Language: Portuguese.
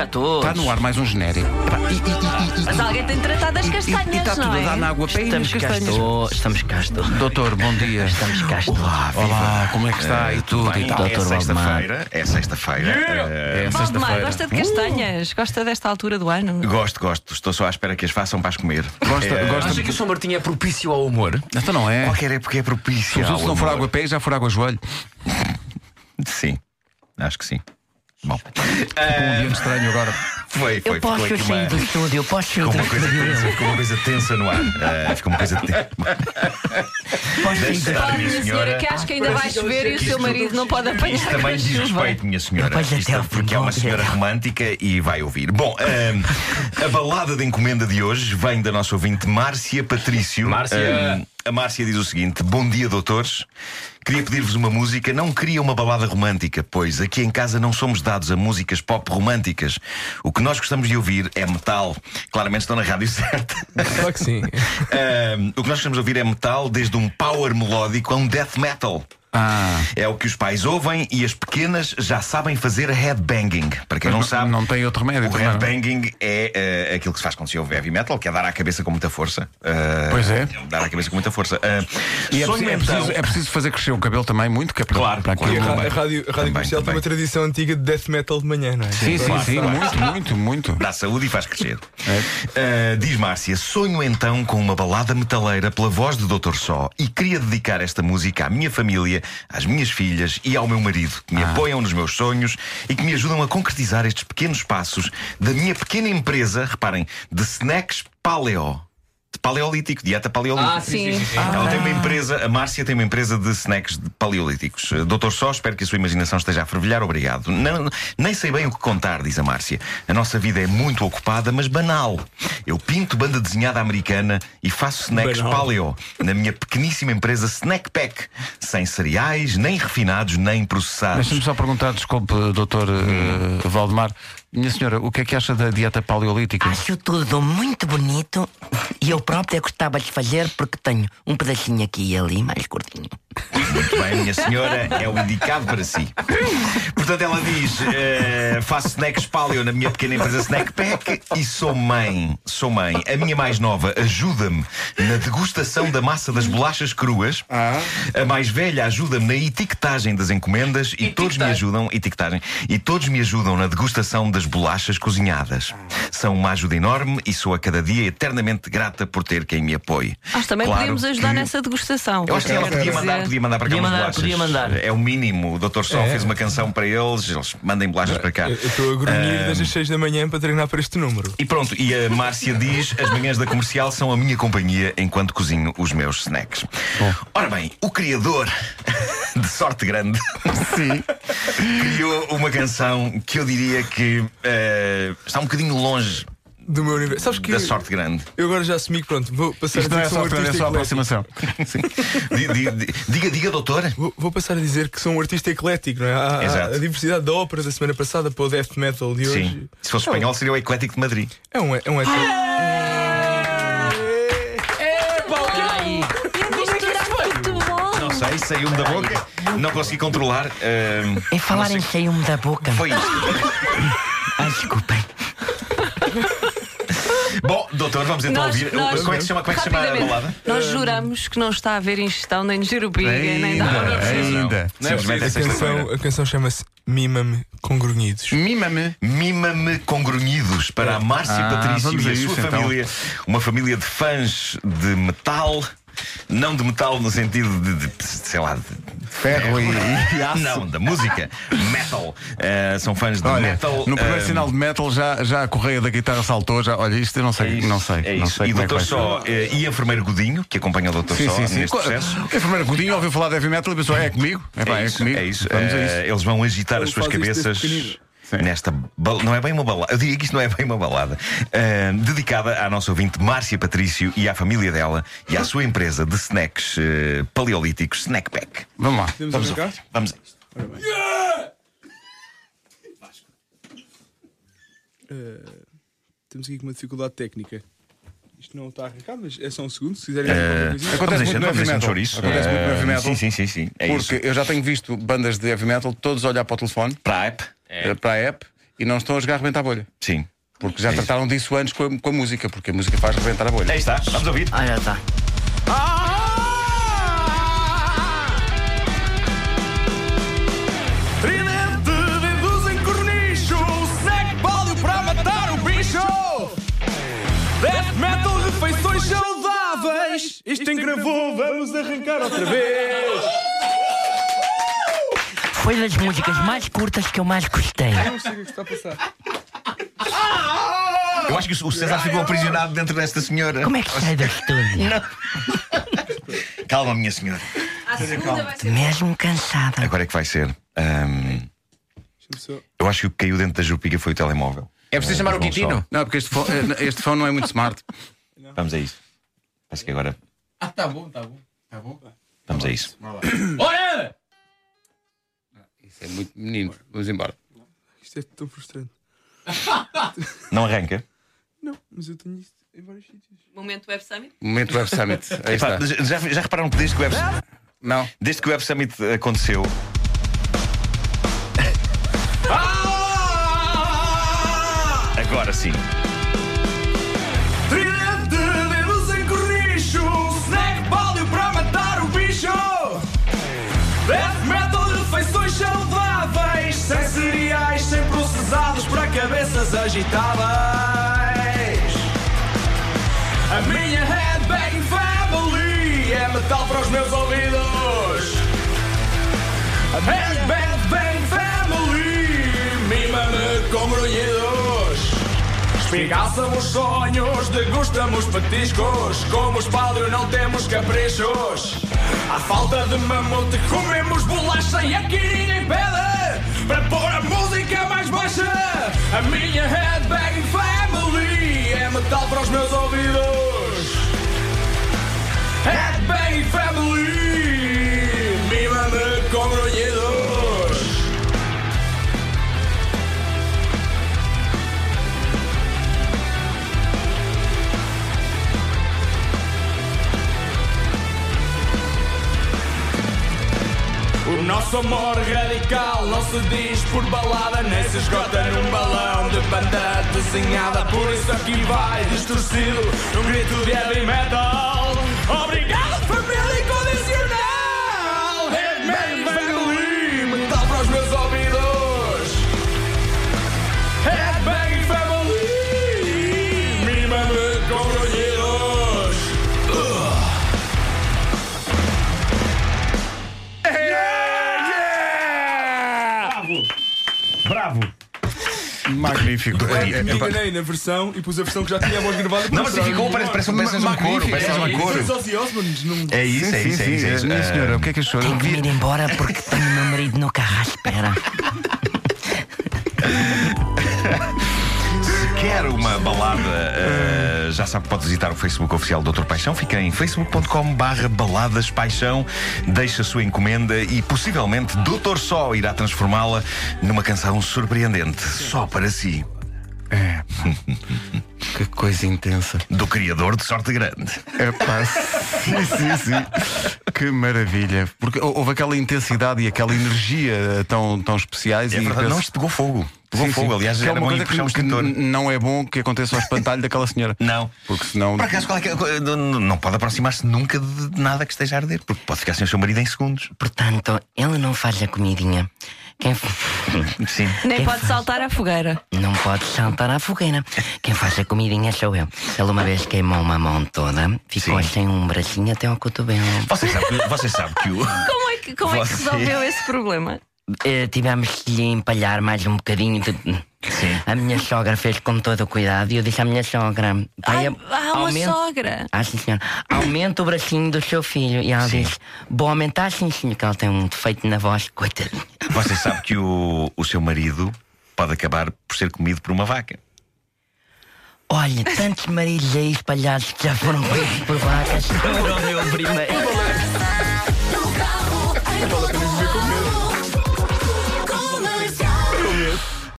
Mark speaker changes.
Speaker 1: a todos.
Speaker 2: Está no ar mais um genérico. Epá, e- e- e- e-
Speaker 3: Mas Tá, alguém tem de tratar das
Speaker 2: e-
Speaker 3: castanhas,
Speaker 2: E
Speaker 4: tá
Speaker 2: está tudo
Speaker 3: não
Speaker 2: a
Speaker 3: é?
Speaker 2: dar na água para
Speaker 1: Estamos cá, estou. Estamos cá, estou.
Speaker 2: Doutor, bom dia.
Speaker 1: Estamos cá, estou. Eh,
Speaker 2: Olá, Olá, como é que está e tudo e
Speaker 4: Bem,
Speaker 2: tal?
Speaker 4: é
Speaker 1: Dr. Então, Valdemar.
Speaker 4: sexta-feira, é sexta-feira. eh,
Speaker 2: É
Speaker 3: Valdemar,
Speaker 2: sexta-feira.
Speaker 3: gosta de castanhas?
Speaker 4: Uh!
Speaker 3: Gosta desta altura do ano?
Speaker 4: gosto, gosto. Estou só à espera que as façam para as comer.
Speaker 2: Gosta,
Speaker 4: Eh,
Speaker 2: gosta.
Speaker 1: que o São Martinho é propício ao humor?
Speaker 2: Então não é.
Speaker 4: Qualquer é porque é propício.
Speaker 2: Os
Speaker 4: ao
Speaker 2: outros se não for
Speaker 4: amor.
Speaker 2: água a pé, já for água a joelho.
Speaker 4: Sim, acho que sim. Bom, É.
Speaker 2: Um dia estranho agora.
Speaker 4: foi, foi.
Speaker 1: Eu posso
Speaker 4: ficou
Speaker 1: eu
Speaker 4: aqui
Speaker 1: sair
Speaker 4: uma-
Speaker 1: do estúdio, eu posso sair
Speaker 4: ficou
Speaker 1: do
Speaker 4: uma coisa
Speaker 1: estúdio.
Speaker 4: tensa, ficou uma coisa tensa no ar. Eh, ficou uma coisa tensa.
Speaker 1: Posso sair
Speaker 4: Deixe
Speaker 1: do
Speaker 4: estar, minha
Speaker 3: Olha, senhora,
Speaker 4: senhora.
Speaker 3: que acho que ainda vai chover e o seu marido não pode apanhar
Speaker 4: Isto é também
Speaker 3: com
Speaker 4: diz
Speaker 3: a chuva.
Speaker 4: respeito, minha senhora.
Speaker 1: Rapaz,
Speaker 4: Isto é
Speaker 1: Adele,
Speaker 4: porque é uma
Speaker 1: bom,
Speaker 4: senhora
Speaker 1: Adele.
Speaker 4: romântica e vai ouvir. Bom, ahm, a balada de encomenda de hoje vem da nossa ouvinte Márcia Patrício.
Speaker 5: Márcia.
Speaker 4: Ahm, a Márcia diz o seguinte: Bom dia, doutores. Queria pedir-vos uma música, não queria uma balada romântica, pois aqui em casa não somos dados a músicas pop românticas. O que nós gostamos de ouvir é metal. Claramente estão na rádio certa.
Speaker 5: Claro que sim.
Speaker 4: Ahm, o que nós gostamos de ouvir é metal, desde um power melódico a um death metal.
Speaker 2: Ah,
Speaker 4: É o que os pais ouvem e as pequenas já sabem fazer headbanging. Para quem não sabe,
Speaker 2: não tem outro remédio.
Speaker 4: o
Speaker 2: também, não é?
Speaker 4: headbanging é eh, aquilo que se faz quando se ouve heavy metal, que é dar à cabeça com muita força. Eh,
Speaker 2: Pois é.
Speaker 4: Dar à cabeça com muita força. Eh,
Speaker 2: E é,
Speaker 4: sonho
Speaker 2: preciso, é
Speaker 4: então-
Speaker 2: preciso- é preciso fazer crescer o cabelo também, muito, que é para,
Speaker 4: Claro,
Speaker 2: para
Speaker 4: claro.
Speaker 5: E a,
Speaker 2: aquilo.
Speaker 5: ra-
Speaker 4: Também.
Speaker 5: a rádio, a rádio
Speaker 4: Tá Também,
Speaker 5: comercial
Speaker 4: também.
Speaker 5: tem uma tradição antiga de death metal de manhã, não é?
Speaker 2: Sim, sim,
Speaker 4: Claro,
Speaker 2: sim,
Speaker 4: claro.
Speaker 2: muito, muito, muito.
Speaker 4: Dá saúde e faz crescer. Uh, diz Márcia: sonho então com uma balada metaleira pela voz de Doutor Só e queria dedicar esta música à minha família, às minhas filhas e ao meu marido, que me apoiam nos meus sonhos e que me ajudam a concretizar estes pequenos passos da minha pequena empresa, reparem, de snacks paleo. De paleolítico, dieta paleolítica.
Speaker 5: Ah,
Speaker 3: sim, sim, sim, sim.
Speaker 4: Ela tem uma empresa, a Márcia tem uma empresa de snacks de paleolíticos. Eh, Doutor Só, espero que a sua imaginação esteja a fervilhar, obrigado. Não- nem sei bem o que contar, diz a Márcia. A nossa vida é muito ocupada, mas banal. Eu pinto banda desenhada americana e faço snacks
Speaker 5: Banal.
Speaker 4: paleo na minha pequeníssima empresa Snack Pack, sem cereais, nem refinados, nem processados.
Speaker 2: Deixa-me só perguntar, desculpe, doutor eh,
Speaker 4: Hum.
Speaker 2: Valdemar. Minha senhora, o que é que acha da dieta paleolítica?
Speaker 6: Acho tudo muito bonito e eu própria gostava de fazer porque tenho um pedacinho aqui e ali mais curtinho.
Speaker 4: Muito bem, minha senhora, é o indicado para si. Portanto, ela diz: eh, faço snacks paleo na minha pequena empresa Snack Pack e sou mãe. Sou mãe. A minha mais nova ajuda-me na degustação da massa das bolachas cruas. A mais velha ajuda-me na etiquetagem das encomendas e todos me ajudam. Etiquetagem. E todos me ajudam na degustação das bolachas cozinhadas. São uma ajuda enorme e sou a cada dia eternamente grata por ter quem me apoie.
Speaker 3: Nós também
Speaker 4: Claro
Speaker 3: podemos ajudar
Speaker 4: que-
Speaker 3: nessa degustação.
Speaker 4: eu acho que ela
Speaker 3: Quer
Speaker 4: podia mandar,
Speaker 3: dizer,
Speaker 4: podia mandar para cá
Speaker 1: Podia
Speaker 4: umas
Speaker 1: mandar,
Speaker 4: bolachas.
Speaker 1: podia mandar.
Speaker 4: É o mínimo. O Dr. Sol
Speaker 5: É.
Speaker 4: fez uma canção para eles, eles mandem bolachas para cá. Ah,
Speaker 5: Eu eu estou a grunhir desde as 6 da manhã para treinar para este número.
Speaker 4: E pronto, e a Márcia diz: as manhãs da comercial são a minha companhia enquanto cozinho os meus snacks. Ora bem, o criador, de sorte grande, criou uma canção que eu diria que eh, está um bocadinho longe
Speaker 5: Do meu universo. Sabes que
Speaker 4: da sorte grande.
Speaker 5: eu agora já assumi que pronto, vou passar
Speaker 2: Isto não
Speaker 5: a dizer
Speaker 2: é
Speaker 5: que sou
Speaker 2: só,
Speaker 5: um
Speaker 2: é
Speaker 5: artista
Speaker 2: só a
Speaker 5: eclético.
Speaker 2: aproximação.
Speaker 4: Sim. Di- di- di- Diga, diga, doutor.
Speaker 5: Vou, vou passar a dizer que sou um artista eclético, não é? Há- há-
Speaker 4: Exato.
Speaker 5: a diversidade da ópera da semana passada para o death metal de hoje.
Speaker 4: Sim. Se fosse espanhol, seria o Eclético de Madrid.
Speaker 5: É um, é um
Speaker 4: Ah!
Speaker 5: eclético.
Speaker 3: Isto
Speaker 4: é
Speaker 3: está muito bom.
Speaker 4: Não sei, saiu-me da boca, não consegui controlar. ahm,
Speaker 6: É falar em cheio-me da boca.
Speaker 4: foi isto.
Speaker 6: Ai, desculpem.
Speaker 4: Bom, doutor, vamos então
Speaker 3: Nós-
Speaker 4: ouvir.
Speaker 3: nós-
Speaker 4: como é que se chama, como é que se chama a
Speaker 3: rapidamente,
Speaker 4: balada?
Speaker 3: Nós juramos que não está a haver ingestão nem de jerubiga, nem
Speaker 2: Ainda,
Speaker 3: nada.
Speaker 2: ainda.
Speaker 4: Não é
Speaker 5: A
Speaker 4: preciso,
Speaker 5: canção, a canção chama-se Mima-me com grunhidos.
Speaker 2: Mima-me.
Speaker 4: Mima-me com grunhidos para a Márcia
Speaker 2: Ah,
Speaker 4: Patrício
Speaker 2: vamos
Speaker 4: e
Speaker 2: a
Speaker 4: a
Speaker 2: isso,
Speaker 4: sua
Speaker 2: então.
Speaker 4: família. Uma família de fãs de metal. Não de metal no sentido de, de, sei lá, de
Speaker 2: Ferro e, e aço.
Speaker 4: É Não, da música. metal. Ah, são fãs de
Speaker 2: Olha,
Speaker 4: metal.
Speaker 2: no primeiro
Speaker 4: ah,
Speaker 2: sinal de metal já, já a correia da guitarra saltou. Já, olha, isto eu não sei,
Speaker 4: é isso,
Speaker 2: não sei.
Speaker 4: é
Speaker 2: não
Speaker 4: isso.
Speaker 2: sei
Speaker 4: e
Speaker 2: como é que
Speaker 4: doutor
Speaker 2: vai ser.
Speaker 4: Só eh, e enfermeiro Godinho, que acompanha o doutor
Speaker 2: Sim,
Speaker 4: Só
Speaker 2: sim, sim.
Speaker 4: neste processo.
Speaker 2: O primeiro Godinho ouviu falar de heavy metal e pensou: é comigo? É, pá, é,
Speaker 4: isso,
Speaker 2: comigo.
Speaker 4: é isso.
Speaker 2: Vamos a
Speaker 4: Eh,
Speaker 2: isso.
Speaker 4: Eles vão agitar
Speaker 5: Ele
Speaker 4: as suas
Speaker 5: faz isto desde
Speaker 4: cabeças.
Speaker 5: pequenino.
Speaker 4: Sim. Nesta bal- não é bem uma balada, eu diria que isto não é bem uma balada. Eh, dedicada à nossa ouvinte Márcia Patrício e à família dela e à sua empresa de snacks eh, paleolíticos, Snack Pack.
Speaker 2: Vamos lá.
Speaker 5: Podemos arrancar?
Speaker 4: Vamos a isto.
Speaker 5: eh, Temos aqui uma dificuldade técnica. Isto não está arrancado, mas é só um segundo. Se quiserem.
Speaker 4: Eh, vamos
Speaker 2: muito no
Speaker 4: deixar- vamos
Speaker 2: heavy
Speaker 4: deixar
Speaker 2: metal.
Speaker 4: de chouriço.
Speaker 2: Acontece muito no
Speaker 4: Eh,
Speaker 2: heavy metal.
Speaker 4: Sim, sim, sim, sim. É
Speaker 2: Porque
Speaker 4: isso.
Speaker 2: eu já tenho visto bandas de heavy metal todos a olhar para o telefone,
Speaker 4: Para a app,
Speaker 2: eh, para a app, e não estão a jogar a rebentar a bolha.
Speaker 4: Sim.
Speaker 2: Porque já
Speaker 4: É isso.
Speaker 2: trataram disso antes com a, com a música, porque a música faz rebentar a bolha.
Speaker 4: Aí está, vamos ouvir.
Speaker 6: Ah, já está.
Speaker 7: Tridente, dedos em cornicho Segue palio para matar o bicho Death metal, refeições saudáveis Isto engravou, vamos arrancar outra vez
Speaker 6: Foi das músicas mais curtas que eu mais gostei.
Speaker 5: Não sei o que é que está a passar.
Speaker 4: Eu acho que o César ficou aprisionado dentro desta senhora.
Speaker 6: Como é que sai do estúdio?
Speaker 4: Calma, minha senhora.
Speaker 3: À segunda vai ser.
Speaker 6: Mesmo cansada.
Speaker 4: Agora é que vai ser. Ahm,
Speaker 5: Deixa-me só.
Speaker 4: eu acho que o que caiu dentro da jupiga foi o telemóvel.
Speaker 2: É preciso
Speaker 4: Ah,
Speaker 2: chamar o
Speaker 4: vamos só-
Speaker 2: Quintino. Não, porque este fone, este fone não é muito smart.
Speaker 4: Vamos a isso. Parece que agora.
Speaker 2: Ah, tá bom, tá bom. Tá bom.
Speaker 4: Vamos a isso.
Speaker 1: Ora!
Speaker 2: Isso é muito menino. Vamos embora.
Speaker 5: Isto é tão frustrante.
Speaker 4: Não arranca?
Speaker 5: Não, mas eu tenho isto em vários sítios.
Speaker 3: Momento Web Summit.
Speaker 2: Momento Web Summit. Aí
Speaker 4: Epá,
Speaker 2: está.
Speaker 4: já, já repararam que desde que o Web,
Speaker 2: Não.
Speaker 4: desde que o Web Summit aconteceu.
Speaker 7: Ah!
Speaker 4: Agora sim.
Speaker 7: Tridente, dedos em cornicho Segue palio para matar o bicho Death metal, refeições saudáveis Sem cereais, sem processados Para cabeças agitáveis A minha headbang family é metal para os meus ouvidos. A minha headbang family mima-me com grunhidos. Espigaçamos sonhos, degustamos petiscos. Como espalho, não temos caprichos. À falta de mamute, comemos bolacha e aqui ninguém pede. Para pôr a música mais baixa, a minha headbang family é metal para os meus ouvidos. Headbang Family Mima-me com grunhidos O nosso amor radical não se diz por balada Nem se esgota num balão de banda desenhada Por isso aqui vai distorcido num grito de heavy metal Obrigado família incondicional Headman Family Metal para os meus ouvidos Headbang Family Mima-me com grunhidos
Speaker 2: Magnífico.
Speaker 4: É,
Speaker 5: Me enganei na versão e pus a versão que já tinha a voz gravada.
Speaker 4: Não, mas ficou, parece, parece, um- parece um coro. Parece um
Speaker 5: Os
Speaker 4: coro.
Speaker 5: Ozzy Osbournes não.
Speaker 4: É isso, é isso, é isso. é isso.
Speaker 2: Minha
Speaker 4: Ah,
Speaker 2: senhora, o que é que achou?
Speaker 6: Tenho que me ir embora porque tenho o meu marido no carro à espera.
Speaker 4: Quer uma balada? eh, já sabe que pode visitar o Facebook oficial do Doutor Paixão. Fica em facebook.com/barra baladas paixão. Deixa a sua encomenda e possivelmente Doutor Só irá transformá-la numa canção surpreendente só para si.
Speaker 2: Que coisa intensa.
Speaker 4: Do criador de Sorte Grande.
Speaker 2: É pá, sim, sim, sim. Que maravilha. Porque hou- houve aquela intensidade e aquela energia eh, tão, tão especiais.
Speaker 4: É
Speaker 2: e
Speaker 4: verdade,
Speaker 2: penso-
Speaker 4: não, isto pegou fogo. Pegou
Speaker 2: Sim,
Speaker 4: fogo,
Speaker 2: sim.
Speaker 4: aliás,
Speaker 2: que é
Speaker 4: era
Speaker 2: uma
Speaker 4: bom
Speaker 2: coisa
Speaker 4: ir puxar um
Speaker 2: que, que
Speaker 4: extintor.
Speaker 2: n- não é bom que aconteça ao espantalho daquela senhora.
Speaker 4: Não.
Speaker 2: Porque senão.
Speaker 4: Por acaso, qual é que é- não não pode aproximar-se nunca de nada que esteja a arder, porque pode ficar sem o seu marido em segundos.
Speaker 6: Portanto, ele não faz a comidinha. Quem f-
Speaker 4: Sim.
Speaker 3: Nem
Speaker 6: Quem
Speaker 3: pode
Speaker 6: faz?
Speaker 3: saltar à fogueira.
Speaker 6: não pode saltar à fogueira. Quem faz a comidinha sou eu. Ele uma vez queimou uma mão toda, ficou
Speaker 4: Sim.
Speaker 6: sem um bracinho até ao cotovelo.
Speaker 4: Você sabe, que- você sabe que o.
Speaker 3: Como é que, como é que
Speaker 4: Você-
Speaker 3: resolveu esse problema?
Speaker 6: Eh, tivemos que lhe empalhar mais um bocadinho. De... A minha sogra fez com todo o cuidado e eu disse à minha sogra:
Speaker 3: Ai,
Speaker 4: é
Speaker 6: "Vai,
Speaker 3: há uma
Speaker 6: aumenta-
Speaker 3: sogra.
Speaker 6: Ah, sim, senhora. Aumenta o bracinho do seu filho. E ela diz: Vou aumentar, sim, senhor, que ela tem um defeito na voz, coitadinha.
Speaker 4: Você sabe que o, o seu marido pode acabar por ser comido por uma vaca.
Speaker 6: Olha, tantos maridos aí espalhados que já foram pegos por vacas. Agora o meu primeiro.
Speaker 8: No carro, em todo